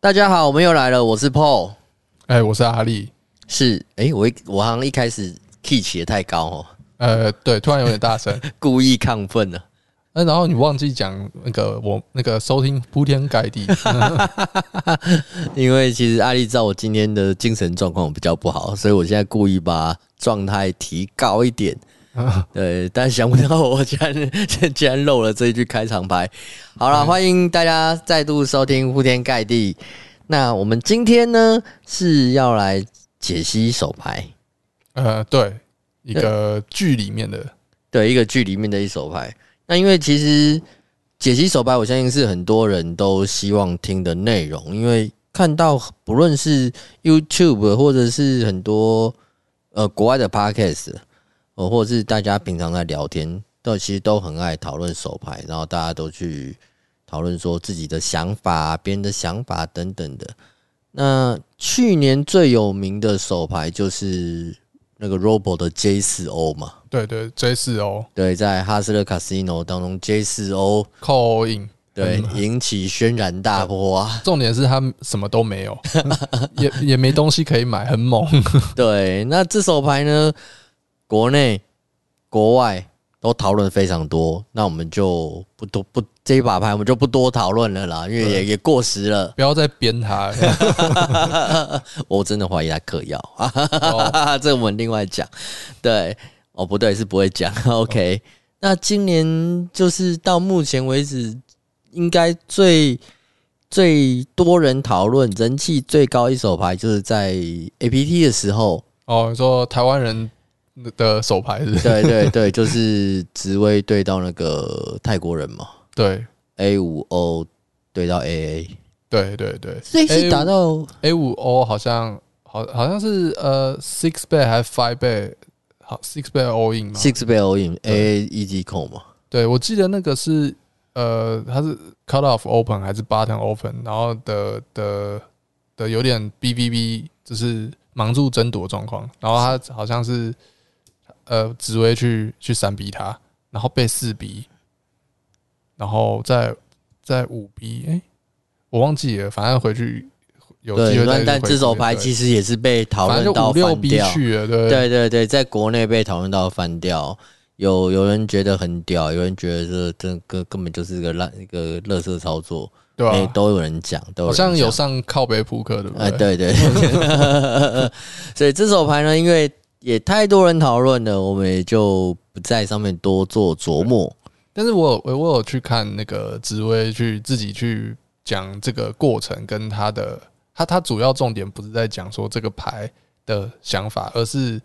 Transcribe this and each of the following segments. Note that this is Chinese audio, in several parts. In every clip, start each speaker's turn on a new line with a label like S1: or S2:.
S1: 大家好，我们又来了，我是 Paul。
S2: 哎、我是阿力。
S1: 是，诶，我一我好像一开始 key 起的太高哦，
S2: 呃，对，突然有点大声。
S1: 故意亢奋啊了。
S2: 哎、然后你忘记讲那个我那个收听铺天盖地，
S1: 因为其实阿丽知道我今天的精神状况比较不好，所以我现在故意把状态提高一点。对，但想不到我竟然 竟然漏了这一句开场白。好了，欢迎大家再度收听《铺天盖地》。那我们今天呢是要来解析手牌，
S2: 呃，对，一个剧里面的，
S1: 对一个剧里面的一手牌。那因为其实解析手牌，我相信是很多人都希望听的内容，因为看到不论是 YouTube 或者是很多呃国外的 Podcast，呃，或者是大家平常在聊天，都其实都很爱讨论手牌，然后大家都去讨论说自己的想法、别人的想法等等的。那去年最有名的手牌就是那个 Robo 的 J 四 O 嘛，
S2: 对对，J 哦四 O
S1: 对，在哈斯勒 Casino 当中，J 四 O
S2: call in，
S1: 对引起轩然大波 啊！
S2: 重点是他什么都没有，也也没东西可以买，很猛。
S1: 对，那这手牌呢，国内、国外都讨论非常多，那我们就不多不这一把牌我们就不多讨论了啦，因为也也过时了。
S2: 不要再编他了，
S1: 我真的怀疑他嗑药啊！
S2: 哦
S1: 这我们另外讲。对，哦，不对，是不会讲。OK，、那今年就是到目前为止，应该最最多人讨论、人气最高一手牌，就是在 APT 的时候。
S2: 哦，你说台湾人的手牌是不是？
S1: 对对 对，就是职位对到那个泰国人嘛
S2: 对
S1: ，A 五 O 对到 AA，
S2: 对对对
S1: 所以是
S2: A5
S1: 打到
S2: ，A 五 O 好像好好像是呃 six bet 还是 five bet，好 six bet all in 嘛
S1: six b a l l in AA easy call 嘛。
S2: 对，我记得那个是呃，它是 cut off open 还是 button open，然后的的的有点 BVB，就是盲注争夺状况，然后他好像是呃紫薇去去三逼他，然后被四逼，然后再再五逼，哎、我忘记了，反正回去有机
S1: 对，
S2: 会再
S1: 乱
S2: 去
S1: 弹
S2: 回
S1: 这手
S2: 顾
S1: 牌
S2: 对
S1: 其实也是被讨
S2: 反
S1: 论
S2: 正就
S1: 到
S2: 五六
S1: 翻
S2: 逼
S1: 掉。
S2: 去了，对
S1: 对对对，在国内被讨论到翻掉，有有人觉得很屌，有人觉得这这个根本就是个烂一个垃圾操作，
S2: 对
S1: 哎、
S2: 吧、
S1: 都有人讲，都有
S2: 好
S1: 人
S2: 像有
S1: 讲
S2: 上靠北扑克，对不对？
S1: 哎，对对，对所以这手牌呢，因为也太多人讨论了，我们也就不在上面多做琢磨。
S2: 但是我有我我有去看那个紫薇去自己去讲这个过程跟他的他他主要重点不是在讲说这个牌的想法，而是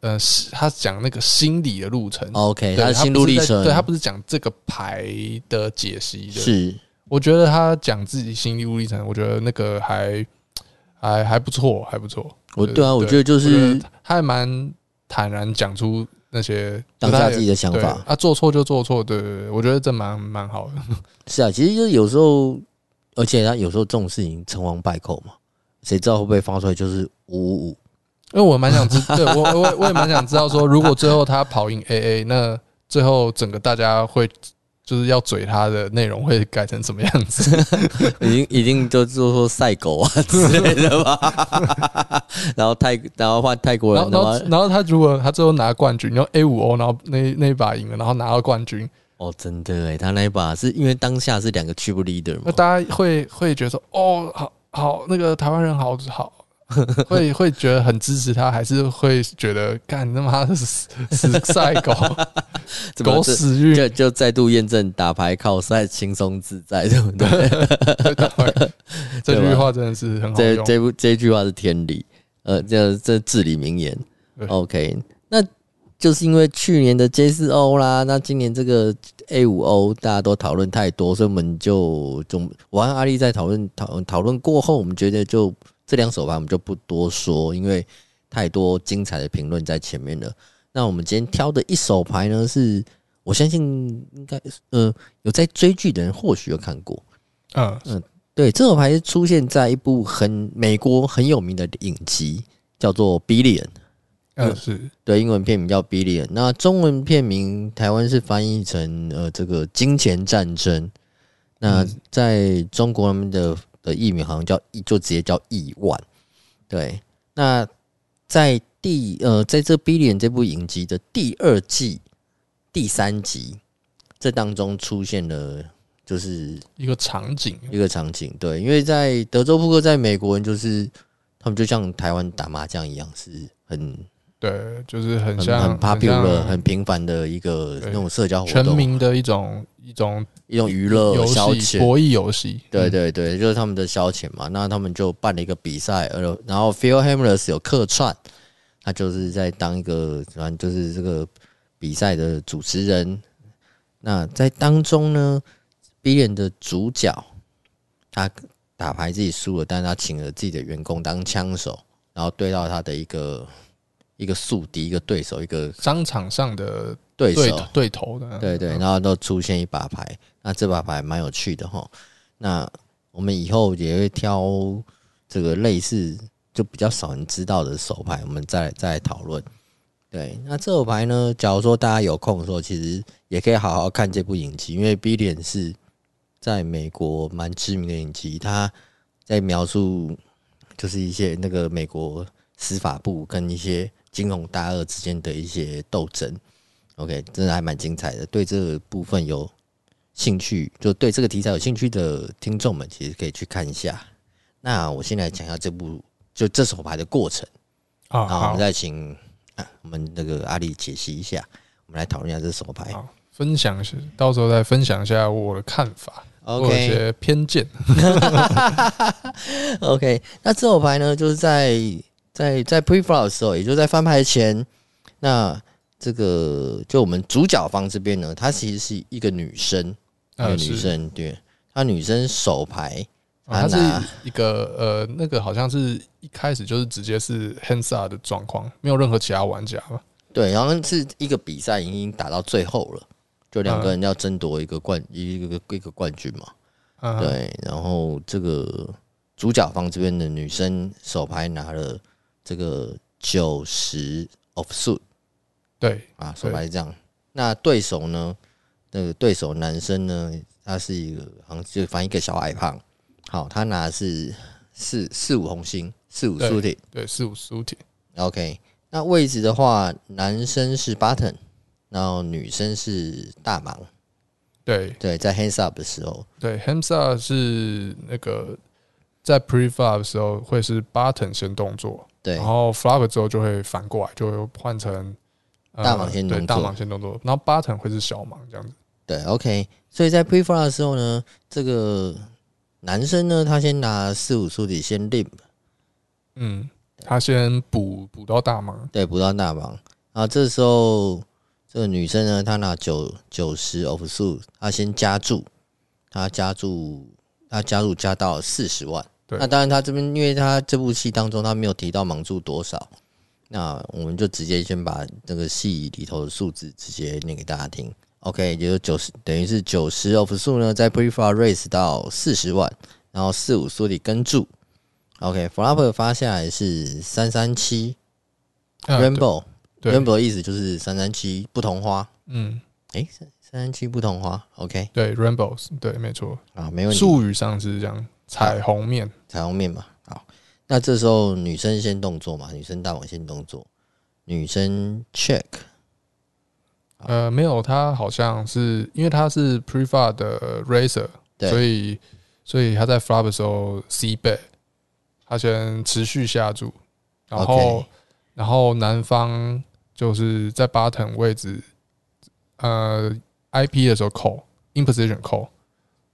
S2: 呃是他讲那个心理的路程。
S1: OK，
S2: 嗯对，
S1: 他的哦心路历
S2: 不是在
S1: 程，
S2: 对他不是讲这个牌的解析的。
S1: 是
S2: 我觉得他讲自己心路历程，我觉得那个还还还不错，还不错。
S1: 我对啊，我觉
S2: 得
S1: 得就是
S2: 他还蛮坦然讲出那些
S1: 当
S2: 就
S1: 下
S2: 他也
S1: 自己的想
S2: 对
S1: 法。
S2: 啊，做错就做错，对对对，我觉得这蛮蛮好的。
S1: 是啊，其实就是有时候，而且他有时候这种事情成王败寇嘛，谁知道会不会发出来就是五五五？
S2: 因为我蛮想知，对我我也我也蛮想知道说，如果最后他跑赢 AA，那最后整个大家会就是要嘴他的内容会改成什么 样子？
S1: 已经已经就是说赛狗啊之类的 吧。然后泰，然后换泰国
S2: 然
S1: 人
S2: 后
S1: 的话
S2: 然后，然后他如果他最后拿冠军，然后 A 五 O，然后那那一把赢了，然后拿到冠军，
S1: 哦，真的哎，他那一把是因为当下是两个 t r i p leader
S2: 那
S1: 嘛，
S2: 大家会会觉得说，哦，好好，那个台湾人好好。会会觉得很支持他，还是会觉得干他妈的死 死赛狗
S1: 怎么
S2: 呃狗
S1: 这
S2: 屎运
S1: 就就再度验证打牌靠赛轻松自在，对不对？
S2: 这句话真的是很好
S1: 这
S2: 用。
S1: 这部这句话是天理，呃，这这至理名言
S2: 对。
S1: OK，那就是因为去年的 J 四 O 啦，那今年这个 A 五 O 大家都讨论太多，所以我们就总我和阿丽在讨论讨讨论过后，我们觉得就这两手牌我们就不多说，因为太多精彩的评论在前面了。那我们今天挑的一手牌呢，是我相信应该呃有在追剧的人或许有看过，
S2: 嗯，
S1: 对，这手牌是出现在一部很美国很有名的影集，叫做《Billion》。
S2: 嗯，是
S1: 对，英文片名叫《Billion》，那中文片名台湾是翻译成呃这个“金钱战争”。那在中国他们的的艺名好像叫亿，就直接叫亿万。对，那在第呃，在这《Billion》这部影集的第二季第三集，这当中出现了就是
S2: 一个场景，
S1: 一个场景，对，因为在德州扑克，在美国人就是他们就像台湾打麻将一样，是很
S2: 对，就是很
S1: 很
S2: 像
S1: 很 popular、
S2: 像
S1: 很频繁的一个
S2: 对
S1: 那种社交活
S2: 全
S1: 动，
S2: 民的一种一种
S1: 一种娱乐
S2: 游
S1: 消遣。
S2: 戏，博弈游戏，
S1: 对
S2: 嗯，
S1: 对对，就是他们的消遣嘛。那他们就办了一个比赛，呃，然后 Phil Hamless 有客串，他就是在当一个，反正就是这个比赛的主持人。那在当中呢，Billion 的主角，他打牌自己输了，但是他请了自己的员工当枪手，然后对到他的一个一个宿敌、一个对手、一个
S2: 商场上的
S1: 对
S2: 对
S1: 手，
S2: 对头的，
S1: 对对，然后都出现一把牌，那这把牌蛮有趣的哈。那我们以后也会挑这个类似就比较少人知道的手牌，我们再再来讨论。对，那这手牌呢，假如说大家有空的时候，其实也可以好好看这部影集，因为《B 脸》是在美国蛮知名的影集，它在描述就是一些那个美国司法部跟一些金融大鳄之间的一些斗争。OK，真的还蛮精彩的。对这个部分有兴趣，就对这个题材有兴趣的听众们，其实可以去看一下。那我先来讲一下这部就这手牌的过程，
S2: 啊，
S1: 然后我们
S2: 好，
S1: 再请、啊、我们那个阿丽解析一下，我们来讨论一下这手牌。
S2: 好分享一下，到时候再分享一下我的看法，我有一
S1: OK
S2: 些偏见，
S1: OK，那这手牌呢，就是在在在 preflop 的时候，也就是在翻牌前，那这个就我们主角方这边呢，她其实是一个女生，一个
S2: 呃，
S1: 哎女
S2: 是，
S1: 生对，她女生手牌。
S2: 啊它
S1: 她拿
S2: 是一个呃，那个好像是一开始就是直接是 hands up 的状况，没有任何其他玩家嘛，
S1: 对，然后是一个比赛已经打到最后了，就两个人要争夺一个冠一个一个一个冠军嘛。
S2: 嗯，
S1: 对，然后这个主角方这边的女生手牌拿了这个九十 of suit
S2: 对，
S1: 啊，手牌是这样。那对手呢？那个对手男生呢？他是一个好像就反正一个小矮胖，好，他拿的是四四五红星，四五
S2: 对
S1: suited。
S2: 对，四五十五点，
S1: OK，那位置的话，男生是 button，然后女生是大盲。
S2: 对
S1: 对，在 hands up 的时候，
S2: 对，hands up 是那个在 pre flop 的时候会是 button 先动作，
S1: 对
S2: 然后 flop 之后就会反过来，就会换成、呃
S1: 大盲先动
S2: 对，大
S1: 作
S2: 盲先动作，然后 button 会是小盲这样子，
S1: 对，OK。所以在 pre flop 的时候呢，这个男生呢，他先拿四五数底先 limp，
S2: 嗯，他先补补到大盲，
S1: 对，不到大盲。然后这时候这个女生呢，她拿九九十 of 数，她先加注，她加注，她加入加到四十万。
S2: 对
S1: 那当然，她这边因为她这部戏当中她没有提到盲注多少，那我们就直接先把这个戏里头的数字直接念给大家听。OK，也就是九十，等于是九十 of 数呢，在 prefer raise 到四十万，然后四五数里跟注。OK，flop、发下来是三三七，
S2: 嗯
S1: 啊 Rainbow
S2: 对
S1: Rainbow 的意思就是三三七不同花，
S2: 嗯，
S1: 三三七不同花。OK
S2: 对，rainbows，对，没错，
S1: 啊，没问题，
S2: 术语上是这样，彩虹面，
S1: 彩虹面嘛。好，那这时候女生先动作嘛，女生大王先动作，女生 check
S2: 呃，没有，他好像是因为他是 pre flop 的 racer，
S1: 对
S2: 所以所以他在 flop 的时候 C bet，他先持续下注，然后
S1: OK
S2: 然后男方就是在 button 位置，呃，IP 的时候扣 in position 扣，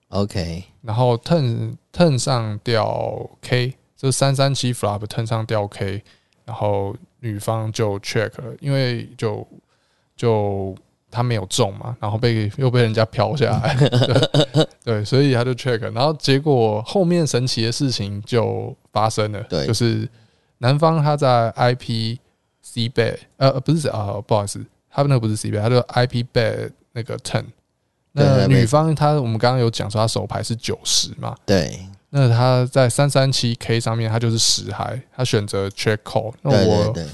S1: OK
S2: 然后 turn turn 上掉 K，这三三七 flop turn 上掉 K，然后女方就 check 了，因为就就他没有中嘛，然后被又被人家飘下来，对对，所以他就 check，了然后结果后面神奇的事情就发生了，
S1: 对
S2: 就是男方他在 IP C bet，呃，不是啊、不好意思，他那个不是 C bet，他就 IP bet 那个 turn。
S1: 对
S2: 那
S1: 对没
S2: 女方她，我们刚刚有讲说她手牌是九十嘛，
S1: 对
S2: 那她在三三七 K 上面，她就是十嗨，她选择 check call。那
S1: 对
S2: 我
S1: 对对，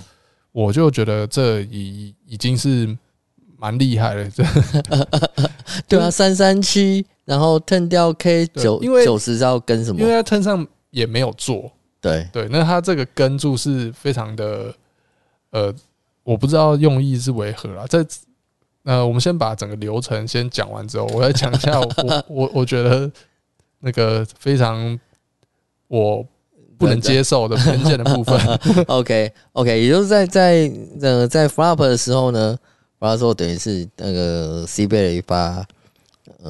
S2: 我就觉得这已 已经是蛮厉害了，这
S1: 对啊，三三七然后 turn 掉 K
S2: 对
S1: 九
S2: 因为
S1: 九十是要跟什
S2: 因为
S1: 么？
S2: 他 turn 上也没有做，
S1: 对，
S2: 对，那他这个跟注是非常的，呃，我不知道用意是为何啦。这，呃，我们先把整个流程先讲完之后，我来讲一下我我我我觉得那个非常我不能接受的偏见的部分。
S1: OK OK，也就是在在呃在 flop 的时候呢，法拉说等于是那个 C 贝雷发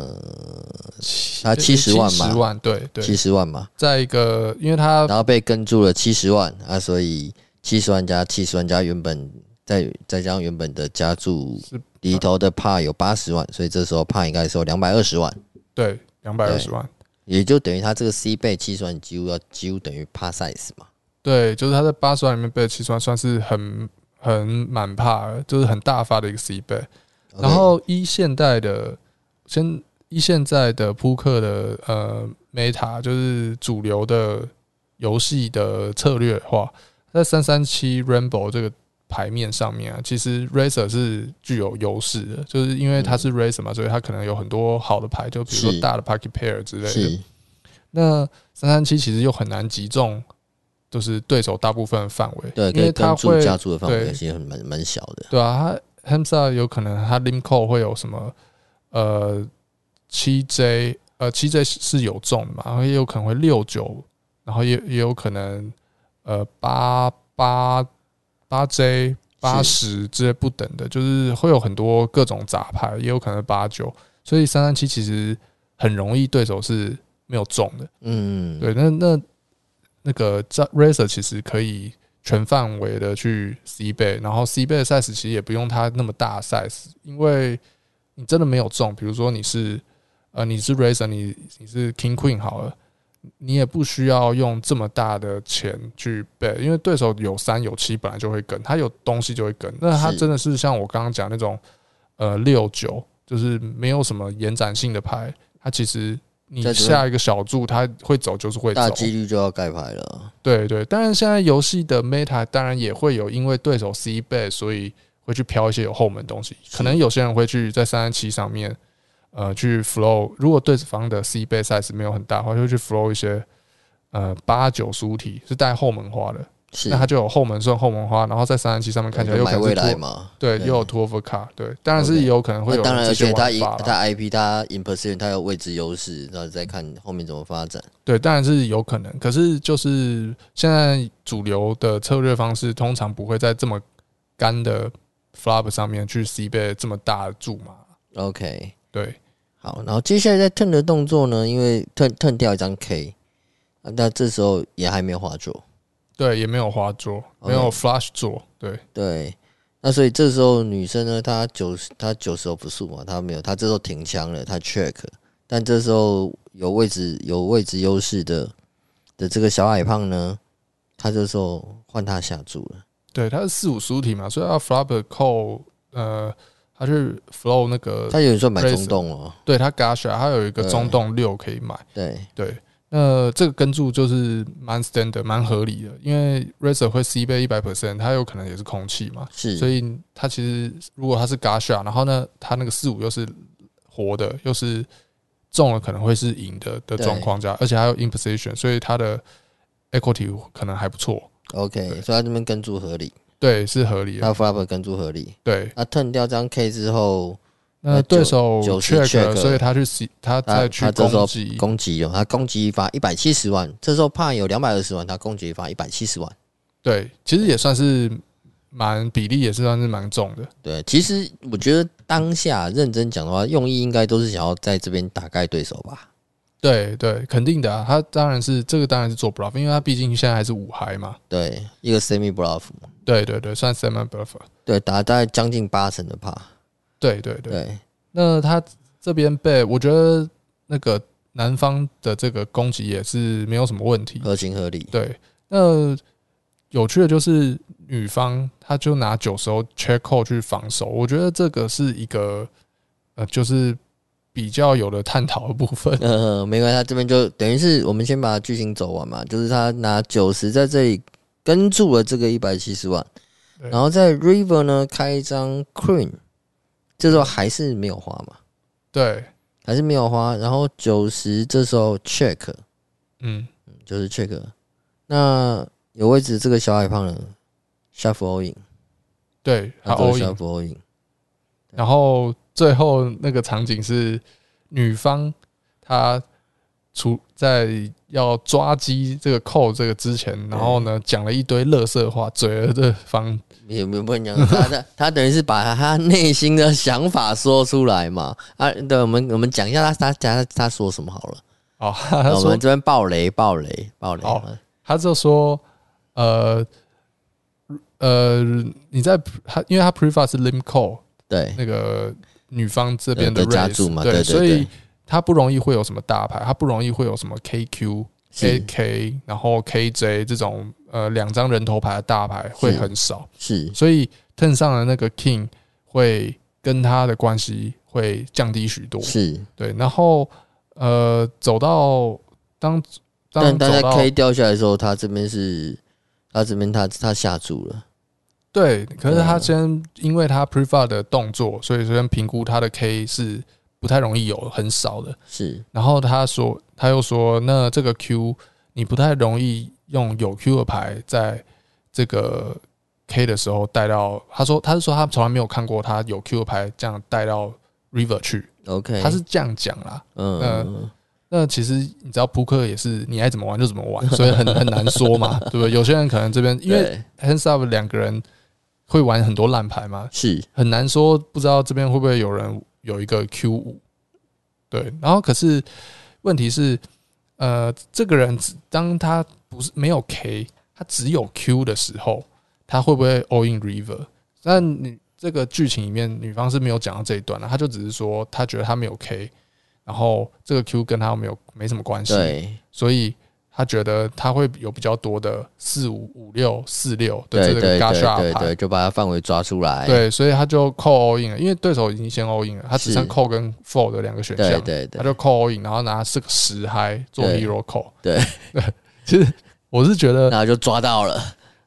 S1: 他70万嘛
S2: 七十万，对对。
S1: 七十万嘛，
S2: 再一个，因为他
S1: 然后被跟注了七十万啊，所以七十万加七十万加原本再再加上原本的加注
S2: 是
S1: 里头的帕有八十万，所以这时候帕应该收两百二十万，
S2: 对两百二十万，
S1: 也就等于他这个 C 贝七十万几乎要几乎等于帕 size 嘛。
S2: 对，就是他在八十万里面被七十万，算是很很满帕，就是很大发的一个 C 倍。
S1: OK，
S2: 然后依现代的，先依现在的扑克的呃 Meta 就是主流的游戏的策略化，在三三七 Rainbow 这个牌面上面啊，其实 Razer 是具有优势的，就是因为它是 Razer 嘛，所以它可能有很多好的牌，就
S1: 嗯
S2: 比如
S1: 是
S2: 说大的 Pocket Pair 之类的。
S1: 是
S2: 那三三七其实又很难击中，就是对手大部分的范围，
S1: 对，
S2: 因为
S1: 跟
S2: 它
S1: 跟
S2: 会
S1: 注加注的范围
S2: 对
S1: 其实很蛮蛮小的。
S2: 对啊，他 Hamza 有可能他 Lim Cole 会有什么呃七 J 呃七 J 是有中的嘛，然后也有可能会六九，然后也也有可能呃八八八 J 八十之类不等的，就是会有很多各种杂牌，也有可能八九，所以三三七其实很容易对手是没有中的。
S1: 嗯，
S2: 对，那那那个在 Razer 其实可以全范围的去 C 倍，然后 C 倍的 size 其实也不用它那么大的 size，因为你真的没有中，比如说你是呃你是 Razer，你你是 King Queen 好了，你也不需要用这么大的钱去背，因为对手有三有七本来就会跟，他有东西就会跟，那他
S1: 是
S2: 真的是像我刚刚讲那种呃六九，就是没有什么延展性的牌，它其实。你
S1: 在这边
S2: 下一个小注，他会走就是会走，
S1: 大几率就要盖牌了。
S2: 对对，当然现在游戏的 meta 当然也会有因为对手 C 倍，所以会去飘一些有后门的东西。
S1: 是
S2: 可能有些人会去在三三七上面，呃，去 flow。如果对方的 C 倍 size 没有很大的话，就会去 flow 一些呃八九书体是带后门花的，
S1: 是，
S2: 那它就有后门顺后门花，然后在三三七上面看起来
S1: 就
S2: 又可
S1: 买
S2: 能
S1: 未
S2: 是
S1: 来
S2: 托
S1: 嘛。
S2: 对，
S1: 对
S2: 又有托福卡，对，当然是
S1: OK
S2: 也有可能会
S1: 那
S2: 有
S1: 当然，
S2: 这
S1: 而
S2: 些
S1: 且他
S2: 玩
S1: 赢
S2: 法啦。
S1: 他 IP 他 in position 他有位置优势，然后再看后面怎么发展。
S2: 对，当然是有可能，可是就是现在主流的策略方式，通常不会在这么干的 flop 上面去 C 倍这么大的注嘛。
S1: OK，
S2: 对，
S1: 好，然后接下来在 turn 的动作呢，因为 turn turn 掉一张 K，啊那这时候也还没有划住。
S2: 对，也没有花桌，没有 flush 桌，对，
S1: 对，那所以这时候女生呢，她九十她九十不速嘛，她没有，她这时候停枪了，她 check，但这时候有位置有位置优势的的这个小矮胖呢，他这时候换他下注了。
S2: 对，它是四五书体嘛，所以它 flop call，呃，它去 flow 那个，
S1: 他有人说蛮冲动哦，
S2: 对，它 gash，它有一个
S1: 对
S2: 中洞六可以买。
S1: 对，
S2: 对，那这个跟注就是蛮 standard、蛮合理的，因为 razer 会 C 倍一百 percent，它有可能也是空气嘛，
S1: 是，
S2: 所以它其实如果它是 Gasha，然后呢，它那个四五又是活的，又是中了可能会是赢的的
S1: 对
S2: 状况下，而且还有 in position，所以它的 equity 可能还不错，
S1: OK，
S2: 对
S1: 所以他这边跟注合理，
S2: 对，是合理的。
S1: 他 flop 跟注合理，
S2: 对，
S1: 他 turn 掉张 K 之后，那
S2: 那对手
S1: 九十
S2: check，
S1: check
S2: 了所以他去 C，他
S1: 他
S2: 再去
S1: 他这时
S2: 攻
S1: 候
S2: 击，
S1: 攻击哦，他攻击一发一百七十万，这时候怕有两百二十万，他攻击一发一百七十万。
S2: 对，其实也算是蛮比例，也是算是蛮重的。
S1: 对，其实我觉得当下认真讲的话，用意应该都是想要在这边打盖对手吧。
S2: 对对，肯定的啊，他当然是这个当然是做 bluff，因为他毕竟现在还是五嗨嘛。
S1: 对，一个 semi bluff，
S2: 对对对，算 semi bluff。
S1: 对，打大概将近八成的怕。
S2: 对对对，
S1: 对，
S2: 那他这边被我觉得那个南方的这个攻击也是没有什么问题。
S1: 合情合理。
S2: 对，那有趣的就是女方她就拿九十后 check call 去防守，我觉得这个是一个呃，就是比较有的探讨的部分。
S1: 呃，没关系，他这边就等于是我们先把剧情走完嘛，就是他拿九十在这里跟住了这个一百七十万，
S2: 对
S1: 然后在 River 呢开一张 Queen，这时候还是没有花嘛，
S2: 对
S1: 还是没有花。然后九十这时候 check
S2: 嗯，
S1: 就是 check，那有位置这个小矮胖人 shove all in，
S2: 对，他
S1: 他都
S2: all in
S1: shove all in，
S2: 然后最后那个场景是女方她除在要抓鸡这个扣这个之前，然后呢讲了一堆乐色话，嘴了对方，
S1: 也没有不能讲，他 的他等于是把他内心的想法说出来嘛。啊，对，我们我们讲一下他他他他说什么好了。
S2: 哦，他
S1: 我
S2: 说
S1: 们这边爆雷爆雷爆雷。
S2: 好他就说呃呃你在他因为他 prefa 是 lim call
S1: 对，
S2: 那个女方这边的
S1: 的家
S2: raise，
S1: 族嘛
S2: 对，
S1: 对对
S2: 所
S1: 对
S2: 以他不容易会有什么大牌，他不容易会有什么 KQ。
S1: 是
S2: 哎 AK，然后 KJ 这种呃两张人头牌的大牌会
S1: 是
S2: 很少，
S1: 是
S2: 所以 turn 上的那个 King 会跟他的关系会降低许多。
S1: 是，
S2: 对，然后呃走到当
S1: 但
S2: 当
S1: 但
S2: 走
S1: 在
S2: 到
S1: K 掉下来的时候，他这边是，他这边他他下注了，
S2: 对，可是他
S1: 嗯
S2: 先因为他 prefer 的动作，所以先评估他的 K 是不太容易有很少的。
S1: 是
S2: 然后他说，他又说，那这个 Q 你不太容易用有 Q 的牌在这个 K 的时候带到。他说，他是说他从来没有看过他有 Q 的牌这样带到 River 去，
S1: OK，
S2: 他是这样讲啦。
S1: 嗯
S2: 呃
S1: 嗯
S2: 那其实你知道扑克也是你爱怎么玩就怎么玩，所以很很难说嘛，对不对？有些人可能这边因为
S1: 对
S2: hands up 两个人会玩很多烂牌嘛，
S1: 是
S2: 很难说，不知道这边会不会有人有一个 Q 五，对，然后可是问题是，呃，这个人只当他不是没有 K，他只有 Q 的时候，他会不会 all in river？但你这个剧情里面，女方是没有讲到这一段的，啊她就只是说她觉得她没有 K，然后这个 Q 跟她没有没什么关系，
S1: 对
S2: 所以她觉得她会有比较多的四五五六四六的
S1: 对
S2: 这
S1: 对
S2: 个
S1: 对
S2: gacha
S1: 对
S2: 牌
S1: 对，，就把他范围抓出来，
S2: 对，所以他就扣 all in 了，因为对手已经先 all in 了，他只
S1: 是
S2: 剩扣跟 fold 的两个选
S1: 对
S2: 项，
S1: 对对
S2: 他就扣 all in，然后拿这个十嗨做
S1: 对
S2: hero call。
S1: 对
S2: 对， 其实我是觉得，
S1: 然后就抓到了，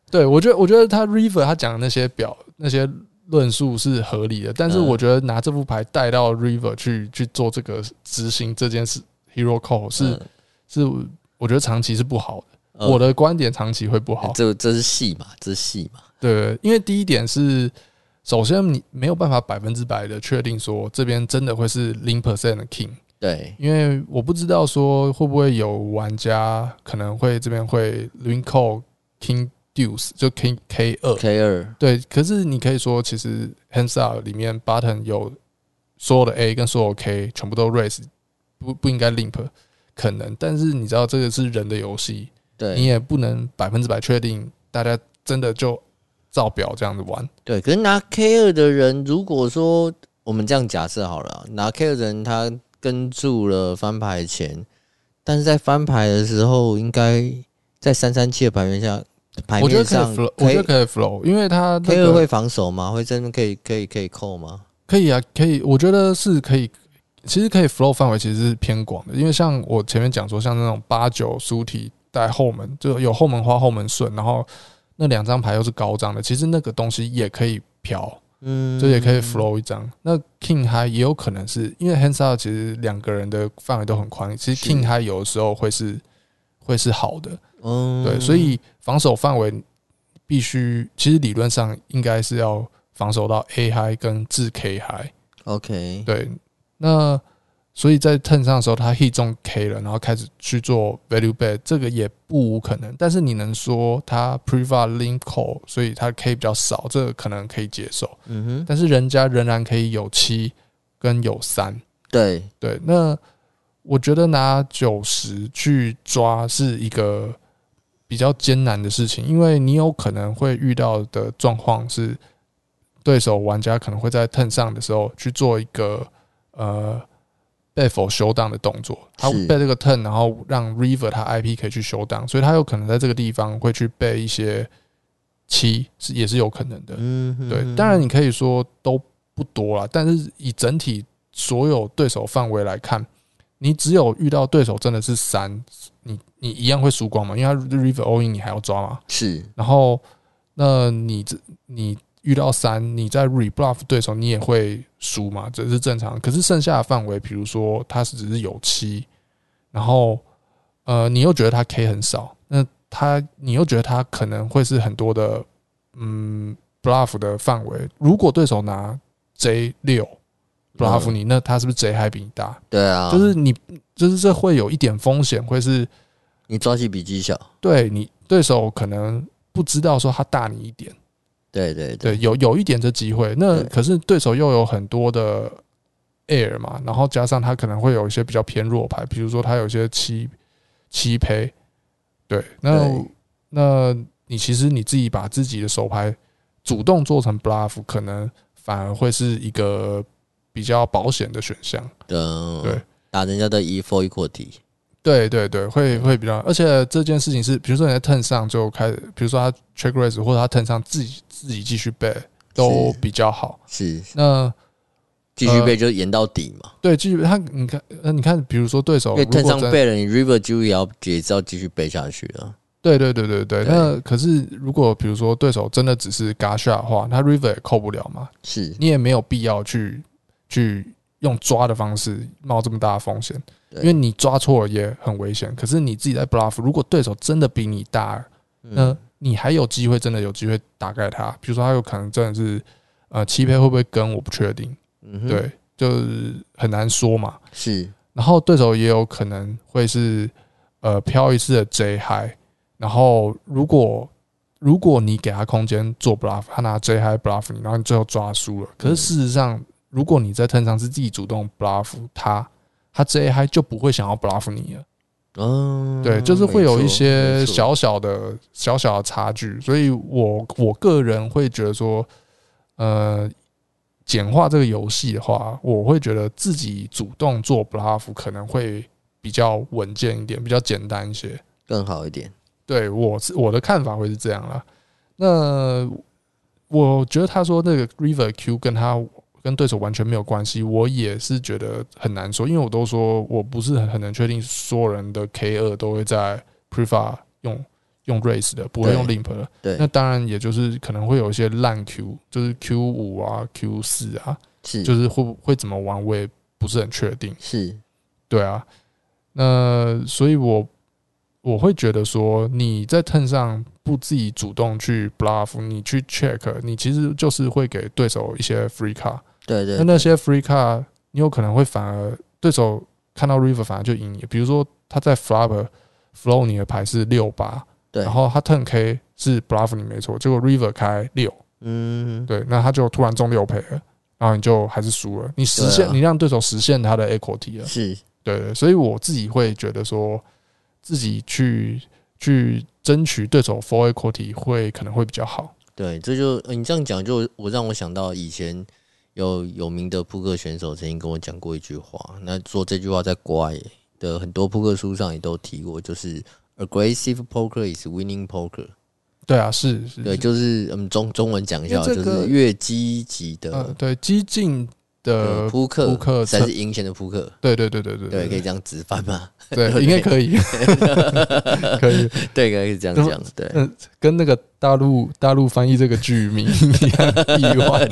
S2: 对我觉得我觉得他 river 他讲的那些表那些论述是合理的，但是
S1: 嗯
S2: 我觉得拿这副牌带到 river 去去做这个执行这件事 hero call 是、
S1: 嗯
S2: 是我觉得长期是不好的。
S1: 呃
S2: 我的观点长期会不好，
S1: 这这是戏嘛，这是戏嘛，
S2: 对，因为第一点是，首先你没有办法百分之百的确定说这边真的会是零 percent 的 king，
S1: 对
S2: 因为我不知道说会不会有玩家可能会这边会 link call king deuce 就 king k 二，
S1: K 二
S2: 对，可是你可以说其实 hands up 里面 button 有所有的 A 跟所有 K 全部都 raise，不不应该 limp。可能，但是你知道这个是人的游戏，你
S1: 对
S2: 也不能百分之百确定大家真的就照表这样子玩。
S1: 对，可是拿 K 二的人，如果说我们这样假设好了啊，拿 K 二的人他跟住了翻牌前，但是在翻牌的时候，应该在三三七的牌面下。牌
S2: 我觉得
S1: 面
S2: 可以
S1: 上
S2: flow，我觉得可以 flow，因为他那
S1: K 二
S2: 个
S1: 会防守吗？会真的可以可以可以扣吗？
S2: 可以啊，可以，我觉得是可以。其实可以 flow 范围其实是偏广的，因为像我前面讲说，像那种八九书体带后门，就有后门花、后门顺，然后那两张牌又是高张的，其实那个东西也可以嫖，
S1: 嗯，
S2: 就也可以 flow 一张。那 king high 也有可能是因为 hands up 其实两个人的范围都很宽，其实
S1: 是
S2: king high 有的时候会是会是好的，
S1: 嗯
S2: 对，所以防守范围必须，其实理论上应该是要防守到 A high 跟至 K high。
S1: OK，
S2: 对，那所以在 turn 上的时候，他 hit 中 K 了，然后开始去做 value bet，这个也不无可能。但是你能说他 preva link call，所以他 K 比较少，这个可能可以接受。
S1: 嗯哼，
S2: 但是人家仍然可以有七跟有三，
S1: 对，
S2: 对，那我觉得拿九十去抓是一个比较艰难的事情，因为你有可能会遇到的状况是，对手玩家可能会在 turn 上的时候去做一个呃被否修档的动作，他
S1: 是
S2: 被这个 turn，然后让 river 他 IP 可以去修档，所以他有可能在这个地方会去背一些七，是也是有可能的。
S1: 嗯哼，
S2: 对，当然你可以说都不多啦，但是以整体所有对手范围来看，你只有遇到对手真的是三，你你一样会输光嘛，因为他 river all in 你还要抓嘛。
S1: 是
S2: 然后，那你这你遇到三，你在 rebluff 对手，你也会输嘛，这是正常。可是剩下的范围，比如说他是只是有七，然后呃，你又觉得他 K 很少，那他你又觉得他可能会是很多的嗯 bluff 的范围。如果对手拿 J 六 bluff
S1: 嗯
S2: 你，那他是不是 J 还比你大？
S1: 对啊，
S2: 就是你，就是这会有一点风险，会是
S1: 你抓起比鸡小，
S2: 对你对手可能不知道说他大你一点，
S1: 对对对，
S2: 对，有有一点这机会。那
S1: 对
S2: 可是对手又有很多的 air 嘛，然后加上他可能会有一些比较偏弱牌，比如说他有一些七七胚，对，那
S1: 对
S2: 那你其实你自己把自己的手牌主动做成 bluff，可能反而会是一个比较保险的选项。
S1: 嗯，
S2: 对，
S1: 打人家的 e four equity，
S2: 对对对，会会比较，而且这件事情是，比如说你在 turn 上就开始，比如说他 check raise 或者他 turn 上自己自己继续背都比较好。
S1: 是
S2: 那
S1: 继续背就延到底嘛，
S2: 对，继续他你看，呃，你看，比如说对手
S1: 因
S2: 如
S1: 为
S2: 果
S1: 趁上
S2: 真
S1: 背了，你 river 就也要也是要继续背下去啊，
S2: 对对对对对，
S1: 对
S2: 那可是如果比如说对手真的只是 g a s h a 的话，他 river 也扣不了嘛，
S1: 是，
S2: 你也没有必要去去用抓的方式冒这么大的风险，
S1: 对
S2: 因为你抓错了也很危险。可是你自己在 bluff，如果对手真的比你大，那
S1: 嗯，
S2: 你还有机会，真的有机会打败他。比如说，他有可能真的是，呃，七配会不会跟我不确定，
S1: 嗯哼，
S2: 对，就是很难说嘛。
S1: 是，
S2: 然后对手也有可能会是，呃，飘一次的 J high，然后如果如果你给他空间做 bluff，他拿 J high bluff 你，然后你最后抓输了。可是事实上，如果你在 turn 上是自己主动 bluff 他，他 J high 就不会想要 bluff 你了。
S1: 嗯，
S2: 对，就是会有一些
S1: 没错，
S2: 小小的、小小的差距，所以我我个人会觉得说，呃，简化这个游戏的话，我会觉得自己主动做 bluff 可能会比较稳健一点，比较简单一些。
S1: 更好一点，
S2: 对我是我的看法会是这样啦。那我觉得他说那个 river Q 跟他跟对手完全没有关系，我也是觉得很难说，因为我都说我不是很很能确定所有人的 K 二都会在 prefa 用用 race 的，不会
S1: 对
S2: 用 limp 的。
S1: 对
S2: 那当然也就是可能会有一些烂 Q，就是 Q 五啊、Q 四啊，
S1: 是，
S2: 就是会不会怎么玩我也不是很确定。
S1: 是，
S2: 对啊，那所以我我会觉得说，你在 turn 上不自己主动去 bluff，你去 check，你其实就是会给对手一些 free card。
S1: 对对
S2: 那那些 free card，你有可能会反而对手看到 river 反而就赢你。比如说他在 flop flow 你的牌是六八，
S1: 对，
S2: 然后他 turn K 是 bluff 你没错，结果 river 开六，
S1: 嗯，
S2: 对，那他就突然中六赔了。然后你就还是输了，你实现、
S1: 对啊
S2: 你让对手实现他的 equity 了，
S1: 是，
S2: 对，所以我自己会觉得说，自己去去争取对手 four equity 会可能会比较好。
S1: 对，这就呃你这样讲，就我让我想到以前有有名的扑克选手曾经跟我讲过一句话，那说这句话在国外的很多扑克书上也都提过，就是 aggressive poker is winning poker。
S2: 对啊，是是，
S1: 对，
S2: 是
S1: 就是嗯中中文讲一下，
S2: 因为这
S1: 就
S2: 个
S1: 是越积极
S2: 嗯
S1: 的
S2: 对，激进的
S1: 呃，扑克
S2: 扑克
S1: 才
S2: 策
S1: 是赢钱的扑克。
S2: 对对对对对
S1: 对，可以
S2: 对
S1: 这样直翻嘛？
S2: 对，应该可以可以，
S1: 对，可以这样讲。对，
S2: 嗯，跟那个大陆大陆翻译这个剧名一样意外。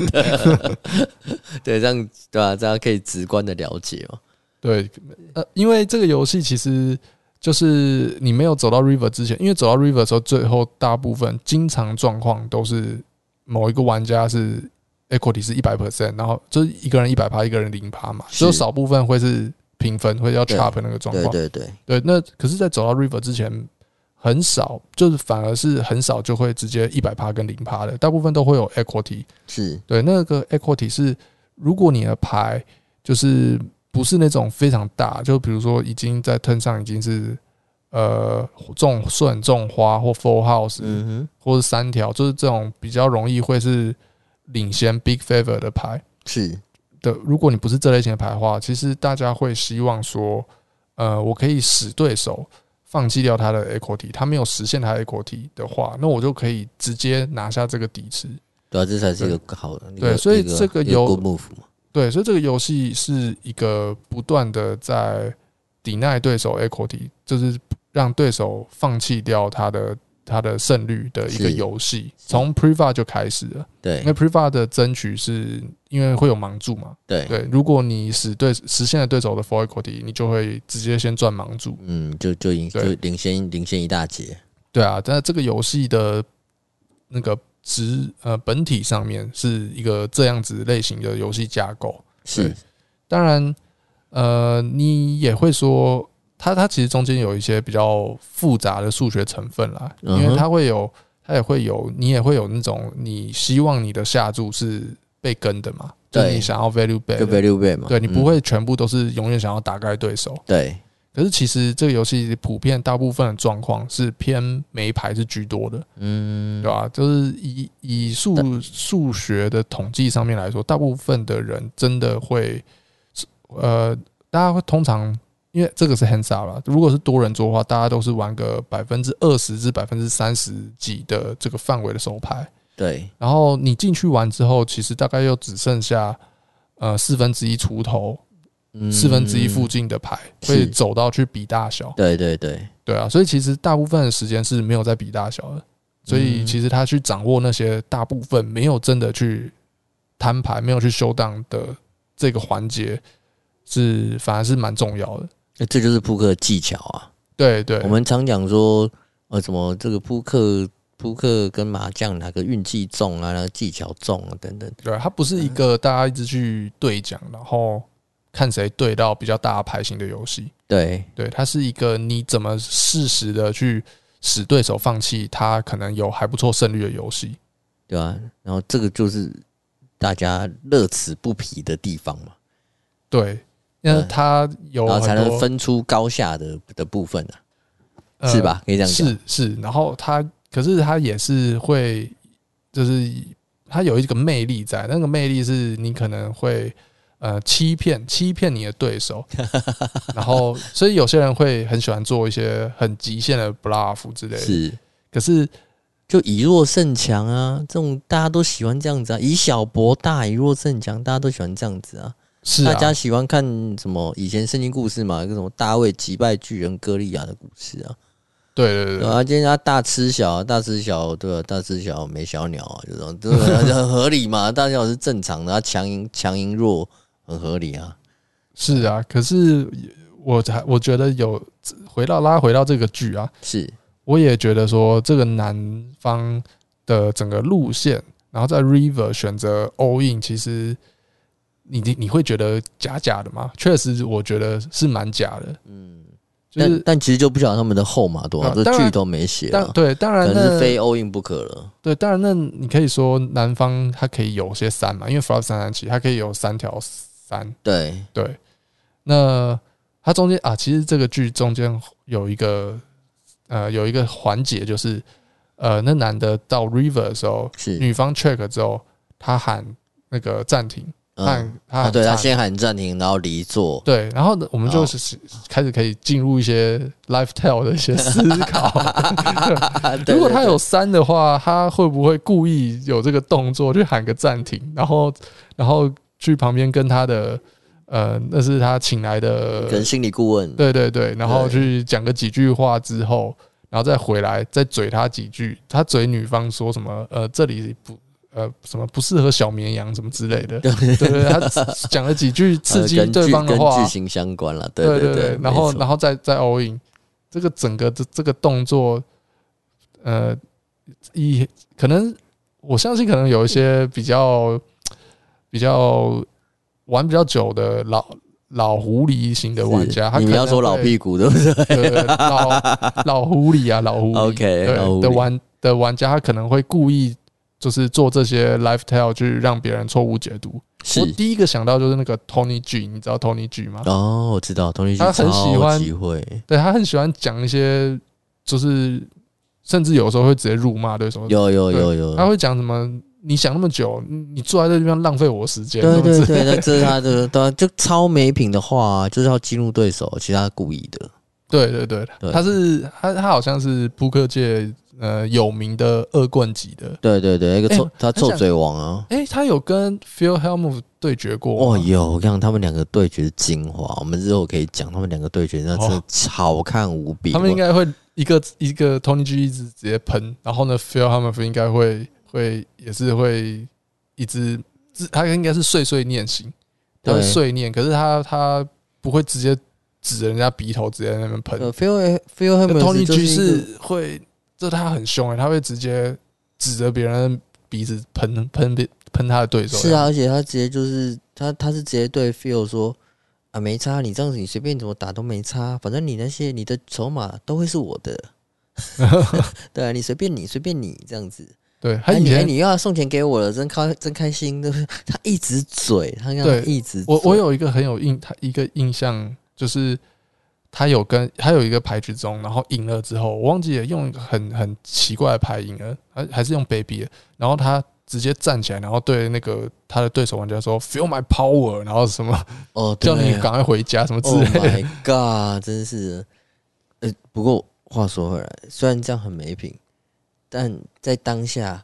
S1: 对，这样对吧、这样可以直观的了解嘛。
S2: 对，呃，因为这个游戏其实就是你没有走到 river 之前，因为走到 river 的时候，最后大部分经常状况都是某一个玩家是 equity 是一百 percent，然后就是一个人一百趴，一个人零趴嘛，
S1: 是
S2: 只有少部分会是平分，会要
S1: 对
S2: chop 那个状
S1: 对
S2: 况。
S1: 对对，
S2: 对，那可是，在走到 river 之前。很少，就是反而是很少就会直接一百趴跟零趴的，大部分都会有 equity，
S1: 是
S2: 对，那个 equity 是，如果你的牌就是不是那种非常大，就比如说已经在 turn 上已经是呃中顺中花或 four house、
S1: 嗯哼，
S2: 或是三条，就是这种比较容易会是领先 big favor 的牌
S1: 是
S2: 的。如果你不是这类型的牌的话，其实大家会希望说，呃，我可以使对手放弃掉他的 equity，他没有实现他的 equity 的话，那我就可以直接拿下这个底池。
S1: 对啊，这才是一个好的。一
S2: 对
S1: 个
S2: 所以
S1: 一个
S2: 这个
S1: 一
S2: 有
S1: good move 嘛。
S2: 对，所以这个游戏是一个不断的在抵赖对手 equity，就是让对手放弃掉他的它的胜率的一个
S1: 是
S2: 游戏，从 Priva 就开始了。因
S1: 对
S2: 为 Priva 的争取是因为会有盲注嘛，
S1: 对，
S2: 对，如果你使对实现了对手的 f o r equity，你就会直接先赚盲注。
S1: 嗯，就就赢就
S2: 对
S1: 领先领先一大截，
S2: 对啊，但这个游戏的那个值呃本体上面是一个这样子类型的游戏架构。
S1: 是
S2: 对当然，呃，你也会说它它其实中间有一些比较复杂的数学成分啦，因
S1: 嗯
S2: 为
S1: 哼
S2: 它会有它也会有你也会有那种你希望你的下注是被跟的嘛，就是
S1: 对
S2: 你想要 value bet，
S1: 就 value bet 嘛，
S2: 对你
S1: 嗯
S2: 不会全部都是永远想要打败对手。
S1: 对
S2: 可是其实这个游戏普遍大部分的状况是偏每一排是居多的，
S1: 嗯
S2: 对吧、就是以以数数学的统计上面来说，大部分的人真的会，呃，大家会通常因为这个是 hands up 啦，如果是多人桌的话，大家都是玩个百分之二十至百分之三十几的这个范围的手牌，
S1: 对
S2: 然后你进去玩之后，其实大概又只剩下呃四分之一出头，
S1: 嗯
S2: 四分之一附近的牌
S1: 是
S2: 会走到去比大小。
S1: 对对对
S2: 对啊，所以其实大部分的时间是没有在比大小的，所以其实他去掌握那些大部分没有真的去摊牌、没有去修档的这个环节，是反而是蛮重要的。
S1: 那哎这就是扑克技巧啊。
S2: 对对，
S1: 我们常讲说，呃，什么这个扑克扑克跟麻将哪个运气重啊，哪个技巧重啊，等等。
S2: 对它不是一
S1: 嗯
S2: 个大家一直去对讲，然后看谁对到比较大牌型的游戏。
S1: 对，
S2: 对，它是一个你怎么适时的去使对手放弃他可能有还不错胜率的游戏。
S1: 对吧、然后这个就是大家乐此不疲的地方嘛，
S2: 对，因为
S1: 嗯
S2: 它有
S1: 然后才
S2: 很
S1: 能
S2: 多
S1: 分出高下的的部分啊，
S2: 呃
S1: 是吧？可以这样讲，
S2: 是是，然后他可是他也是会，就是他有一个魅力在，那个魅力是你可能会呃欺骗欺骗你的 对手，然后所以有些人会很喜欢做一些很极限的 bluff 之类的，
S1: 是
S2: 可是
S1: 就以弱胜强啊，这种大家都喜欢这样子啊，以小博大，以弱胜强，大家都喜欢这样子啊。
S2: 是
S1: 大家
S2: 啊，
S1: 喜欢看什么以前圣经故事嘛，一个什么大卫击败巨人歌利亚的故事啊，
S2: 对对
S1: 对
S2: 对
S1: 啊，今天他大吃小，啊大吃小，对吧、大吃小没小鸟啊，这种这种很合理嘛， 大小是正常的，他强赢强赢弱很合理啊，
S2: 是啊，可是我才我觉得有回到拉回到这个剧啊，
S1: 是
S2: 我也觉得说这个南方的整个路线，然后在 River 选择 all in，其实你你你会觉得假假的吗？确实，我觉得是蛮假的，
S1: 嗯，
S2: 就
S1: 但
S2: 是
S1: 但其实就不晓得他们的后码多少，
S2: 啊
S1: 这
S2: 当然
S1: 剧都没写
S2: 但
S1: 啊，
S2: 对，当然
S1: 可能是
S2: 那
S1: 非 all in 不可了，
S2: 对，当然那你可以说南方它可以有些三嘛，因为 Flop 三三七它可以有三条三，
S1: 对，
S2: 对，那它中间啊，其实这个剧中间有一个呃有一个环节就是呃那男的到 River 的时候，
S1: 是，
S2: 女方 check 之后，他喊那个暂停，他
S1: 嗯，
S2: 喊他
S1: 啊，
S2: 喊
S1: 对他
S2: 暂
S1: 先喊暂停，然后离 座，
S2: 对，然后呢，我们就
S1: 哦
S2: 是开始可以进入一些 life tell 的一些思考。
S1: 对
S2: 如果
S1: 对
S2: 他
S1: 对
S2: 有三的话，他会不会故意有这个动作去喊个暂停，然后然后去旁边跟他的呃，那是他请来的
S1: 可，能心理顾问，
S2: 对对对，然后
S1: 对
S2: 去讲个几句话之后，然后再回来再嘴他几句，他嘴女方说什么呃这里不呃什么不适合小绵羊什么之类的，对对对，他只讲了几句刺激
S1: 呃跟
S2: 对
S1: 剧
S2: 方的
S1: 跟
S2: 话
S1: 剧，情相关了，对
S2: 对
S1: 对
S2: 对，然后然
S1: 后
S2: 后再再 all in，这个整个这这个动作，呃，一可能我相信可能有一些比较比较玩比较久的老。老狐狸型的玩家，他
S1: 你
S2: 可
S1: 们要
S2: 能
S1: 说老
S2: 会
S1: 屁股对不对
S2: 对对对老老狐狸啊，老狐狸
S1: OK，
S2: 对
S1: 老狐狸
S2: 的玩的玩家，他可能会故意就是做这些 lifestyle 去让别人错误解读。我
S1: 是
S2: 第一个想到就是那个 Tony G，你知道 Tony G 吗？
S1: 哦，我知道，同理心
S2: 他很喜欢
S1: 机会，
S2: 对他很喜欢讲一些，就是甚至有时候会直接辱骂对手，
S1: 有有有
S2: 他
S1: 有，
S2: 会讲什么？你想那么久，你你坐在这地方浪费我时间，
S1: 对
S2: 什么
S1: 对
S2: 之类
S1: 对，
S2: 的
S1: 那这是他的，对啊，就超没品的话啊，就是要激怒对手，其实他故意的，
S2: 对对对
S1: 对
S2: 他是他他好像是扑克界呃有名的恶棍级的，
S1: 对对对，一个
S2: 哎
S1: 臭他
S2: 很
S1: 臭
S2: 想
S1: 嘴王啊。
S2: 诶，他有跟 Phil Hellmuth 对决过
S1: 哦，
S2: 吗，
S1: 有，我跟你讲他们两个对决是精华，我们之后可以讲他们两个对决，那真的
S2: 哦
S1: 好看无比。
S2: 他们应该会一个一个 Tony G 一直直接喷，然后呢，Phil Hammer 应该会会也是会一直自他应该是碎碎念型，他会
S1: 对
S2: 碎念，可是他他不会直接指着人家鼻头直接在那边喷。
S1: 呃，Phil Phil
S2: 那
S1: Hammond
S2: Tony G
S1: 是
S2: 是会，这他很凶哎、他会直接指着别人的鼻子喷喷别喷他的对
S1: 一
S2: 手。
S1: 个是啊，，而且他直接就是他他是直接对 Phil 说啊，没差，你这样子你随便怎么打都没差，反正你那些你的筹码都会是我 的，对啊，你随便你随便你这样子，
S2: 对他
S1: 哎
S2: 以
S1: 你哎
S2: 前
S1: 你又要送钱给我了，真开真开心，对不对？他一直嘴，他让
S2: 对
S1: 他一直
S2: 我我
S1: 嘴
S2: 有一个很有印他一个印象就是。他有跟他有一个牌局中，然后赢了之后，我忘记了用一个很很奇怪的牌赢了，还还是用 baby 了。然后他直接站起来，然后对那个他的对手玩家说 “Feel my power”，然后什么
S1: 哦，对
S2: 叫你赶快回家什么 之
S1: Oh
S2: 类的。
S1: my god！真是，呃，不过话说回来，虽然这样很没品，但在当下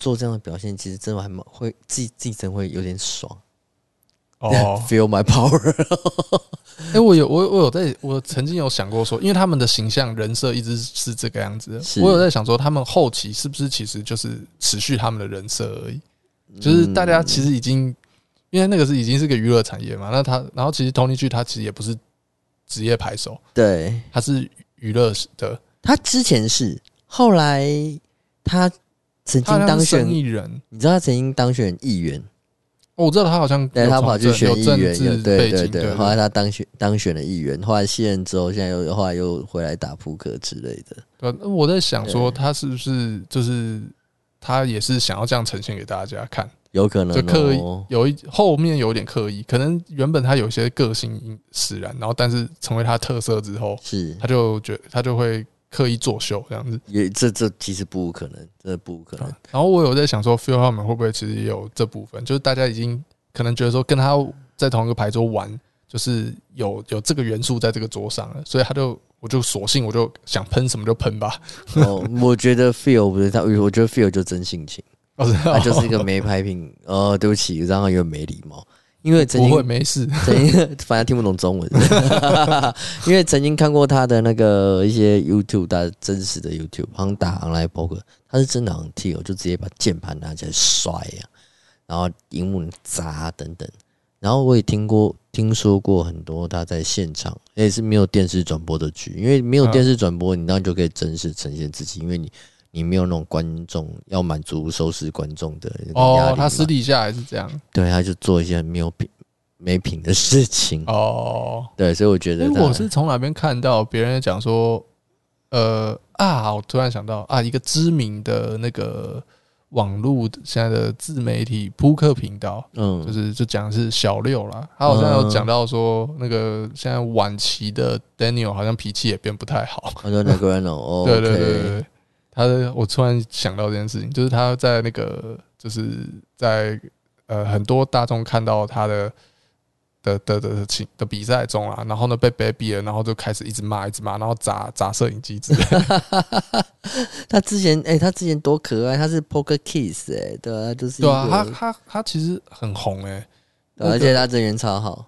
S1: 做这样的表现，其实真的还蛮会自己自己真会有点爽。
S2: 哦
S1: ，feel my power！
S2: 哎、我有我我有在，我曾经有想过说，因为他们的形象人设一直是这个样子
S1: 是
S2: 的，我有在想说，他们后期是不是其实就是持续他们的人设而已？就是大家其实已经，因为那个是已经是个娱乐产业嘛，那他然后其实 Tony G 他其实也不是职业牌手，
S1: 对
S2: 他是娱乐的，
S1: 他之前是，后来他曾经
S2: 他好像
S1: 当
S2: 是生
S1: 选，
S2: 意人。
S1: 你知道他曾经当选议员，
S2: 哦，我知道他好像
S1: 对
S2: 有
S1: 他跑
S2: 从
S1: 去
S2: 政
S1: 选
S2: 有
S1: 议
S2: 政
S1: 员，有
S2: 治
S1: 对
S2: 背景
S1: 对，对，后来他当选当选了议员，后来卸任之后，现在又后来又回来打扑克之类的。
S2: 对，那我在想说，
S1: 对
S2: 他是不是就是他也是想要这样呈现给大家看？
S1: 有可能、哦、
S2: 就刻意有一后面有点刻意，可能原本他有一些个性因使然，然后但是成为他特色之后，
S1: 是
S2: 他就觉他就会刻意作秀这样子。
S1: 也这这其实不无可能，这不无可 能。
S2: 然后我有在想说，Phil 他们会不会其实也有这部分，就是大家已经可能觉得说跟他在同一个牌桌玩，就是有有这个元素在这个桌上了，所以他就我就索性我就想喷什么就喷吧，
S1: 哦，我觉得 Phil 不是他，我觉得 Phil 就真性情，
S2: 哦，
S1: 他
S2: 他
S1: 啊就是一个没牌品。呃，对不起，这样有点没礼貌，因为曾
S2: 不会
S1: 经
S2: 没事，
S1: 曾经反正听不懂中文， 因为曾经看过他的那个一些 YouTube，他真实的 YouTube，好像打 online poker，他是真的很 T，我就哦直接把键盘拿起来摔呀、然后荧幕砸等等。然后我也听过、听说过很多他在现场，也是没有电视转播的剧，因为没有
S2: 嗯
S1: 电视转播，你当然就可以真实呈现自己，因为你你没有那种观众要满足收视观众的那种压
S2: 哦
S1: 力，
S2: 他
S1: 嘛
S2: 私底下还是这样，
S1: 对，他就做一些很没有品、没品的事情。
S2: 哦，
S1: 对，所以我觉得
S2: 因为
S1: 他
S2: 我是从哪边看到别人讲说，呃啊，我突然想到啊，一个知名的那个网络现在的自媒体扑克频道，就
S1: 嗯，
S2: 是就讲的是小六啦，他好像有讲到说，那个现在晚期的 Daniel 好像脾气也变不太好，
S1: 他说那个人哦，
S2: 对对对对
S1: OK，
S2: 对，他的我突然想到这件事情，就是他在那个就是在呃很多大众看到他的的的的的情的比赛中啊，然后呢被 baby 了，然后就开始一直骂一直骂，然后砸砸摄影机之类的
S1: 他之前哎、他之前多可爱，他是 Poker Kiss 哎、对啊，他就是一
S2: 对啊，
S1: 个
S2: 他他他其实很红诶、
S1: 对啊而
S2: 那个
S1: 且他人缘超好，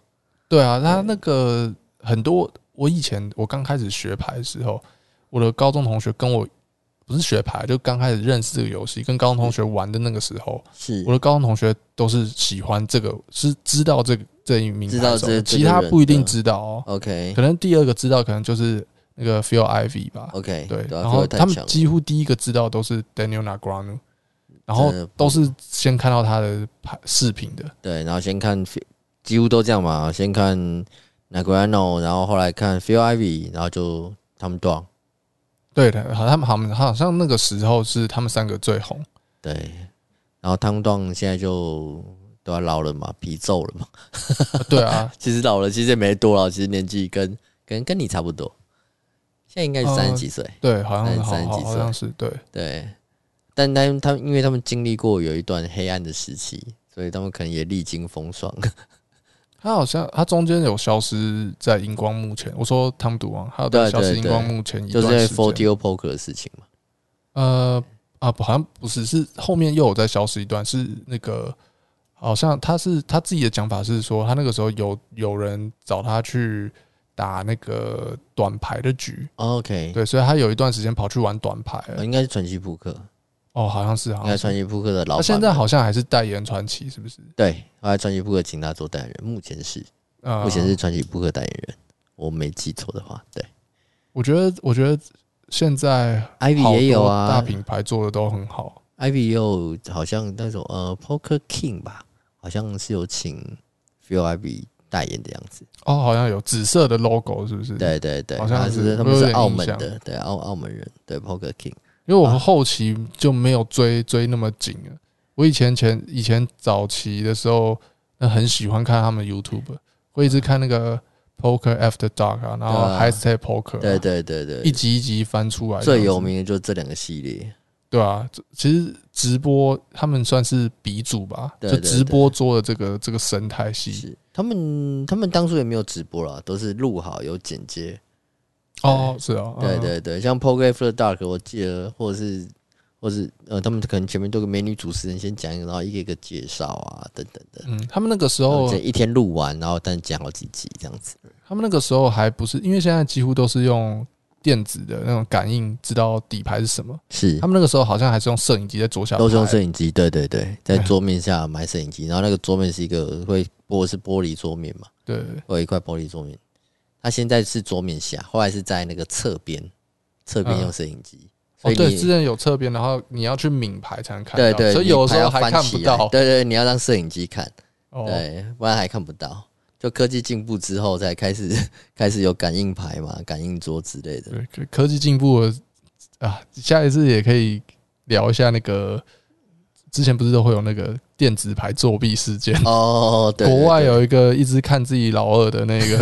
S2: 对啊，他
S1: 对
S2: 那个很多我以前我刚开始学牌的时候，我的高中同学跟我。不是学牌，就刚开始认识这个游戏，跟高中同学玩的那个时候，
S1: 是
S2: 我的高中同学都是喜欢这个，是知道这个这一名
S1: 知道
S2: 牌手
S1: 这这个
S2: 其他
S1: 人
S2: 不一定
S1: 的
S2: 知道哦。
S1: OK
S2: 可能第二个知道，可能就是那个 Phil Ivy 吧。
S1: OK，
S2: 对，
S1: 啊
S2: 然后他们
S1: 基
S2: 几乎第一个知道都是 Daniel Negreanu，然后
S1: 真的不
S2: 都是先看到他的拍视频的。
S1: 对，然后先看 Phil- 几乎都这样嘛，先看 n a g r a n o 然后后来看 Phil Ivy，然后就他们断，
S2: 对的，好，他们好像好像那个时候是他们三个最红。
S1: 对，然后他们断现在就都要老了嘛，皮皱了嘛，
S2: 呃 对啊，
S1: 其实老了其实也没多老，其实年纪跟跟跟你差不多，现在应该是
S2: 呃
S1: 三十几岁。
S2: 对，好像
S1: 三
S2: 好
S1: 三十
S2: 好
S1: 几
S2: 好
S1: 岁
S2: 像是对。
S1: 对，但他们他们因为他们经历过有一段黑暗的时期，所以他们可能也历经风 霜。
S2: 他好像他中间有消失在荧光幕前，我说汤姆赌王，他有
S1: 对
S2: 在消失
S1: 对
S2: 荧
S1: 对
S2: 光幕前一
S1: 就
S2: 段
S1: 是
S2: 时
S1: 因为
S2: 间。
S1: Forty O Poker 的事情嘛。
S2: 呃啊，不好像不是，是后面又有在消失一段，是那个好像他是他自己的讲法是说，他那个时候有有人找他去打那个短牌的局，
S1: OK，
S2: 对，所以他有一段时间跑去玩短牌了
S1: 应该是传奇扑克，
S2: 哦，好像是，好
S1: 应该
S2: 像是。
S1: 传奇扑克的老
S2: 他
S1: 板。
S2: 现在好像还是代言传奇，是不是？
S1: 对，后来传奇扑克请他做代言人，目前是
S2: 呃，
S1: 目前是传奇扑克代言人，我没记错的话，对
S2: 我觉得，我觉得现在好
S1: ，Ivy
S2: 多
S1: 也有
S2: 大
S1: 啊
S2: 品牌做的都很好。
S1: ，Ivy 也有好像那种呃 Poker King 吧，好像是有请 Phil Ivy 代言的样子。
S2: 哦，好像有紫色的 logo，是不是？，
S1: 对对对，
S2: 嗯好像
S1: 他
S2: 是
S1: 是他
S2: 我
S1: 们
S2: 有
S1: 是
S2: 点
S1: 澳
S2: 印
S1: 门
S2: 象
S1: 的，对澳澳门人，对 Poker King，
S2: 因为我们后期就没有追追那么紧了。我以前前以前早期的时候，那很喜欢看他们 YouTube，会一直看那个 Poker After Dark 啊，然后
S1: 对啊
S2: Hashtag Poker，、啊、
S1: 对对对对，
S2: 一集一集翻出来，
S1: 最有，名的就这两个系列，
S2: 对啊，这其实直播他们算是鼻祖吧，
S1: 对
S2: 就
S1: 对
S2: 直播做的这个这个生态系。
S1: 是他们他们当初也没有直播啦，都是录好有剪接，
S2: 哦，是哦，
S1: 对
S2: 嗯，
S1: 对对，像 Poker After Dark，我记得，或者是，或是呃，他们可能前面都有个美女主持人先讲一个，然后一个一个介绍啊，等等的，
S2: 嗯，他们那个时
S1: 然后
S2: 候
S1: 这一天录完，然后但讲好几集这样子。
S2: 他们那个时候还不是，因为现在几乎都是用电子的那种感应，知道底牌是什么。
S1: 是
S2: 他，们那个时候好像还是用摄影机在左下
S1: 都是用摄
S2: 影。
S1: 影机，对对对，在
S2: 哎
S1: 桌面下买摄影
S2: 嗯
S1: 机，然后那个桌面是一个会玻是玻璃桌面嘛，
S2: 对，
S1: 有一块玻璃桌面，它现在是桌面下，后来是在那个侧边，侧边
S2: 嗯
S1: 用摄影机，所
S2: 哦
S1: 以
S2: 对，
S1: 你
S2: 之前有侧边，然后你要去抿牌才能看
S1: 对
S2: 到，
S1: 对，
S2: 所以
S1: 你
S2: 有的时
S1: 还
S2: 候
S1: 要
S2: 还
S1: 翻
S2: 看
S1: 起
S2: 不
S1: 来
S2: 到。
S1: 对对，你要让摄影机看。
S2: 哦，
S1: 对，不然还看不到。就科技进步之后，才开始 开始有感应牌嘛、感应桌之类的。
S2: 对，科科技进步了啊，下一次也可以聊一下那个，之前不是都会有那个电子牌作弊事件。
S1: 哦，对，
S2: 国
S1: 对
S2: 外
S1: 对
S2: 有一个一直看自己老二的那 个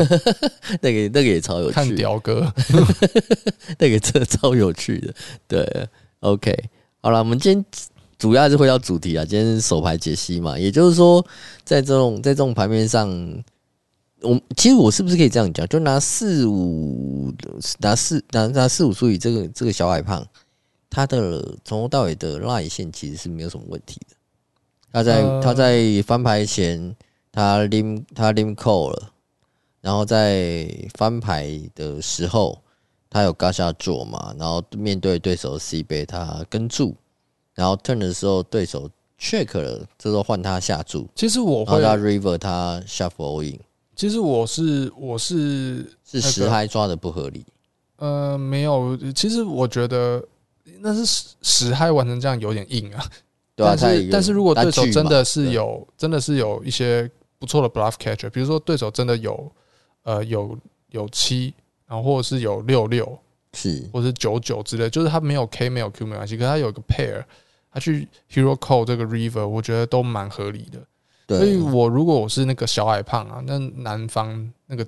S1: 那个那个也超有
S2: 看
S1: 趣，
S2: 屌哥，
S1: 那个真的超有趣的。对，OK，好了，我们今天主要还是回到主题啊，今天是手牌解析嘛，也就是说，在这种在这种牌面上，我其实我是不是可以这样讲？就拿四五拿四拿拿四五除以这个这个小矮胖，他的从头到尾的赖线其实是没有什么问题的。他在、
S2: 呃
S1: 他在翻牌前，他拎他拎扣了，然后在翻牌的时候，他有高下做嘛，然后面对对手 C 杯他跟注，然后 turn 的时候对手 check 了，这时候换他下注，
S2: 其实我
S1: 然后
S2: 会
S1: 他 river 他 shuffle all in，
S2: 其实我是我是
S1: 是
S2: 那个
S1: 十嗨抓的不合理，
S2: 呃没有，其实我觉得那是实实嗨玩成这样有点硬啊。
S1: 对啊，他
S2: 但
S1: 也
S2: 是
S1: 有
S2: 但是如果对手真的
S1: 他
S2: 是
S1: 锯嘛
S2: 有真的是有一些不错的 bluff catcher，比如说对手真的有呃有有七，然后或者是有六六，
S1: 是
S2: 或者是九九之类，就是他没有 K 没有 Q 没关系，可是他有一个 pair，他去 hero call 这个 river，我觉得都蛮合理的。所以
S1: 对
S2: 我如果我是那个小矮胖啊，那南方那个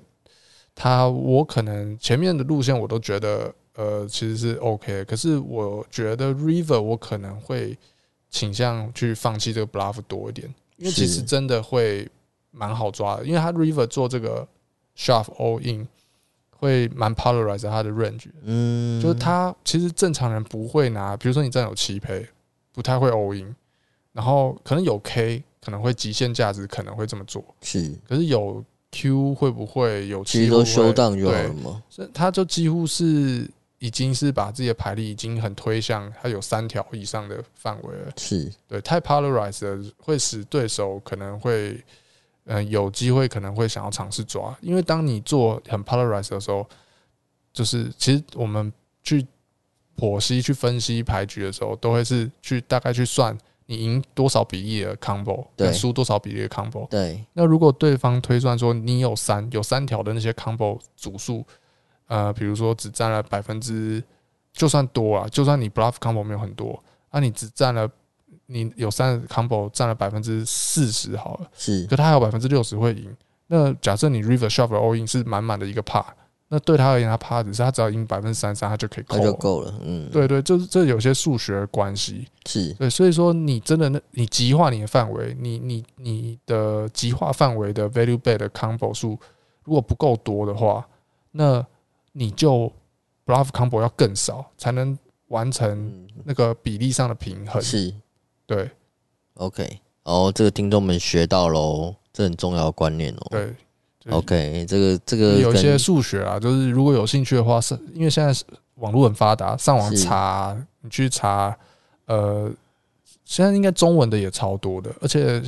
S2: 他，我可能前面的路线我都觉得呃其实是 OK，的可是我觉得 River 我可能会倾向去放弃这个 bluff 多一点，因为其
S1: 是
S2: 实真的会蛮好抓的，因为他 River 做这个 shove all in 会蛮 polarize 他的 range，的
S1: 嗯，
S2: 就是他其实正常人不会拿，比如说你占有七赔，不太会 all in，然后可能有 K，可能会极限价值可能会这么做，
S1: 是
S2: 可是有 Q 会不会有
S1: 其
S2: 七
S1: 实
S2: 会
S1: 都
S2: 不会
S1: 修档就好了
S2: 对，
S1: 嘛，
S2: 所以他就几乎是已经是把自己的牌力已经很推向他有三条以上的范围了，
S1: 是
S2: 对，太 polarized 了会使对手可能会。嗯、有机会可能会想要尝试抓，因为当你做很 polarized 的时候，就是其实我们去剖析、去分析牌局的时候，都会是去大概去算你赢多少比例的 combo，
S1: 对
S2: 跟输多少比例的 combo。
S1: 对
S2: 那如果对方推算说你有三有三条的那些 combo 组数，呃，比如说只占了百分之，就算多啊，就算你 bluff combo 没有很多，那、你只占了你有三个 combo 占了百分之四十好了，
S1: 是
S2: 可他还有百分之六十会赢。那假设你 river shove all in 是满满的一个 par，那对他而言他 par 只是他只要赢百分之三三他就可以
S1: 那
S2: 扣
S1: 就
S2: 了。
S1: 够了，嗯，
S2: 对对，就是这有些数学关系。
S1: 是
S2: 对，所以说你真的那你极化你的范围，你你你的极化范围的 value bet 的 combo 数如果不够多的话，那你就 bluff combo 要更少，才能完成
S1: 嗯
S2: 那个比例上的平衡。
S1: 是
S2: 对
S1: OK，哦，这个听众们学到喽，这很重要的观念哦，
S2: 对，就是
S1: ，OK，这个这个
S2: 有一
S1: 跟
S2: 些数学啊，就是如果有兴趣的话，是因为现在是网络很发达，上网
S1: 是
S2: 查，你去查，呃，现在应该中文的也超多的，而且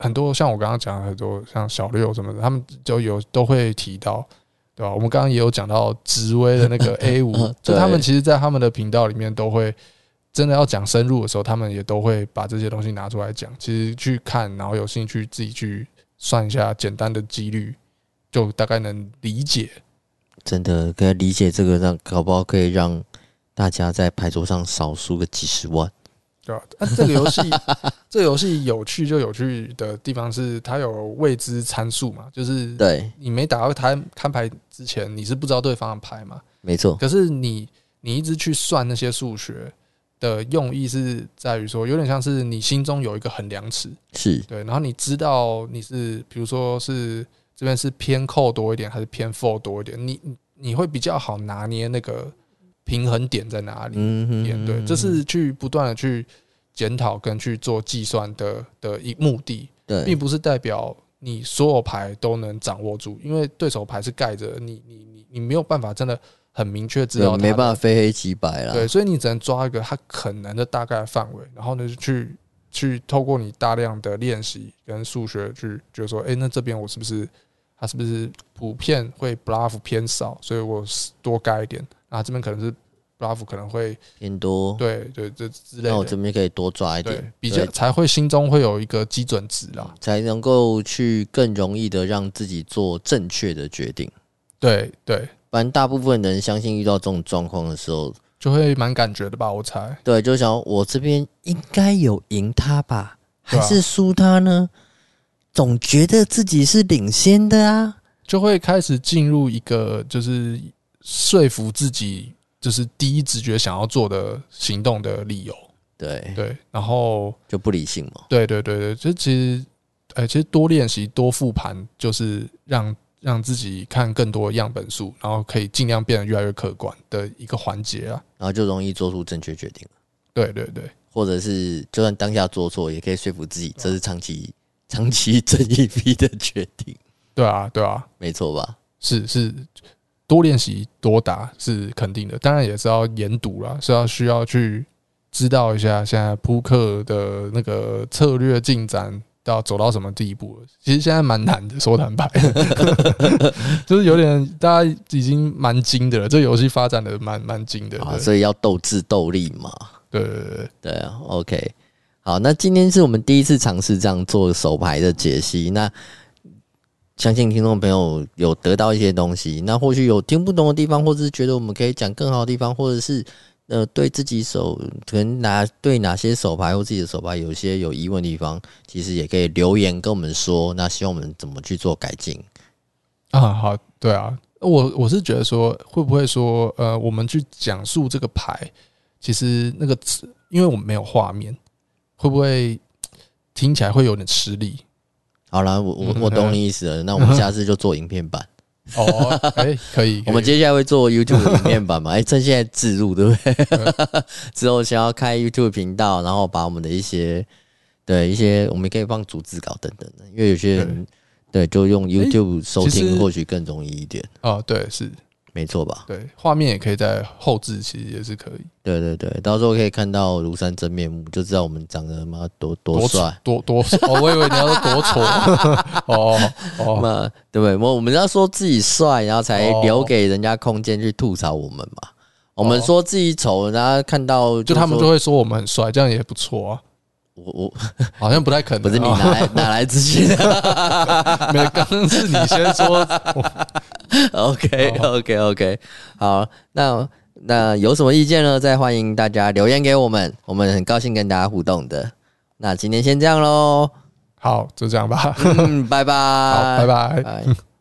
S2: 很多像我刚刚讲的很多像小六什么的，他们就有都会提到，对吧、我们刚刚也有讲到紫薇的那个 A 五
S1: 对，
S2: 就他们其实，在他们的频道里面都会。真的要讲深入的时候，他们也都会把这些东西拿出来讲。其实去看，然后有兴趣自己去算一下简单的几率，就大概能理解。
S1: 真的可以理解这个让，搞不好可以让大家在牌桌上少输个几十万。
S2: 对吧、啊？这个游戏，这个游戏有趣就有趣的地方是，它有未知参数嘛，就是
S1: 对，
S2: 你没打到他看牌之前，你是不知道对方的牌嘛。
S1: 没错，
S2: 可是你你一直去算那些数学的用意是在于说，有点像是你心中有一个衡量尺，
S1: 是
S2: 对，然后你知道你是，比如说是这边是偏扣多一点还是偏 fold 多一点，你你你会比较好拿捏那个平衡点在哪里。
S1: 嗯
S2: 点，对，这是去不断的去检讨跟去做计算的的一目的，并
S1: 对，
S2: 不是代表你所有牌都能掌握住，因为对手牌是盖着你，你你你没有办法真的很明确知道，
S1: 对，没办法
S2: 法，
S1: 非黑即白啦。
S2: 对，所以你只能抓一个它可能的大概的范围，然后呢就去去透过你大量的练习跟数学去觉得说，哎、那这边我是不是？它是不是普遍会 bluff 偏少，所以我多盖一点。然后这边可能是 bluff 可能会
S1: 偏多，
S2: 对对，这之类
S1: 那我
S2: 的，
S1: 这边可以多抓一点
S2: 对，，比较
S1: 对
S2: 才会心中会有一个基准值啦。
S1: 才能够去更容易的让自己做正确的决定。
S2: 对对，
S1: 不然，大部分人相信遇到这种状况的时候，
S2: 就会蛮感觉的吧，我猜。
S1: 对，就想我这边应该有赢他吧，还
S2: 对啊
S1: 是输他呢？总觉得自己是领先的啊。
S2: 就会开始进入一个就是说服自己，就是第一直觉想要做的行动的理由。
S1: 对，
S2: 对，然后
S1: 就不理性嘛。
S2: 对对对对，就其实，哎、其实多练习多复盘，就是让让自己看更多的样本数，然后可以尽量变得越来越客观的一个环节啊。
S1: 然后就容易做出正确决定，
S2: 对对对。
S1: 或者是就算当下做错，也可以说服自己这
S2: 嗯
S1: 是长期 长期正义 批的决定，
S2: 对啊，对啊，
S1: 没错吧？
S2: 是是多练习多打是肯定的，当然也是要研读啦，是要需要去知道一下现在扑克的那个策略进展到走到什么地步了。其实现在蛮难的，说坦白， 就是有点大家已经蛮精的了，这游戏发展的蛮蛮精的。
S1: 啊，
S2: 对
S1: 所以要斗智斗力嘛。
S2: 对对对对，
S1: 对啊，OK，好，那今天是我们第一次尝试这样做手牌的解析，那相信听众朋友有得到一些东西，那或许有听不懂的地方，或者是觉得我们可以讲更好的地方，或者是呃对自己手可能拿对哪些手牌或自己的手牌有一些有疑问的地方，其实也可以留言跟我们说，那希望我们怎么去做改进。
S2: 啊，好，对啊，我我是觉得说，会不会说，呃，我们去讲述这个牌，其实那个词，因为我们没有画面，会不会听起来会有点吃力？
S1: 好啦，我我
S2: 嗯
S1: 我懂你意思了，那我们下次就做影片版，
S2: 哦，哎、可以，可以
S1: 我们接下来会做 YouTube 的影片版嘛？ 哎、趁现在自入，对不对？ 之后想要开 YouTube 频道，然后把我们的一些对一些，我们可以放逐字稿等等的，因为有些人对就用 YouTube 收
S2: 其实
S1: 听，或许更容易一点，
S2: 哦，对，是
S1: 没错吧？
S2: 对，画面也可以在后置，其实也是可以，
S1: 对对对，到时候可以看到庐山真面目，就知道我们长得妈多多
S2: 多
S1: 帅。
S2: 多多，哦，我以为你要说多丑，哦哦，
S1: 那对不对？我我们要说自己帅，然后才
S2: 哦
S1: 留给人家空间去吐槽我们嘛。我们
S2: 哦
S1: 说自己丑，人家看到
S2: 就他们
S1: 说
S2: 就会说我们很帅，这样也不错啊，
S1: 我我
S2: 好像不太可能，
S1: 不是你
S2: 哦
S1: 哪来哪来自信
S2: 没有，刚刚是你先说，
S1: ？OK
S2: 好
S1: OK OK，好，那那有什么意见呢？再欢迎大家留言给我们，我们很高兴跟大家互动的。那今天先这样喽，
S2: 好，就这样吧，
S1: 嗯，拜拜，
S2: 好，拜拜。
S1: 拜。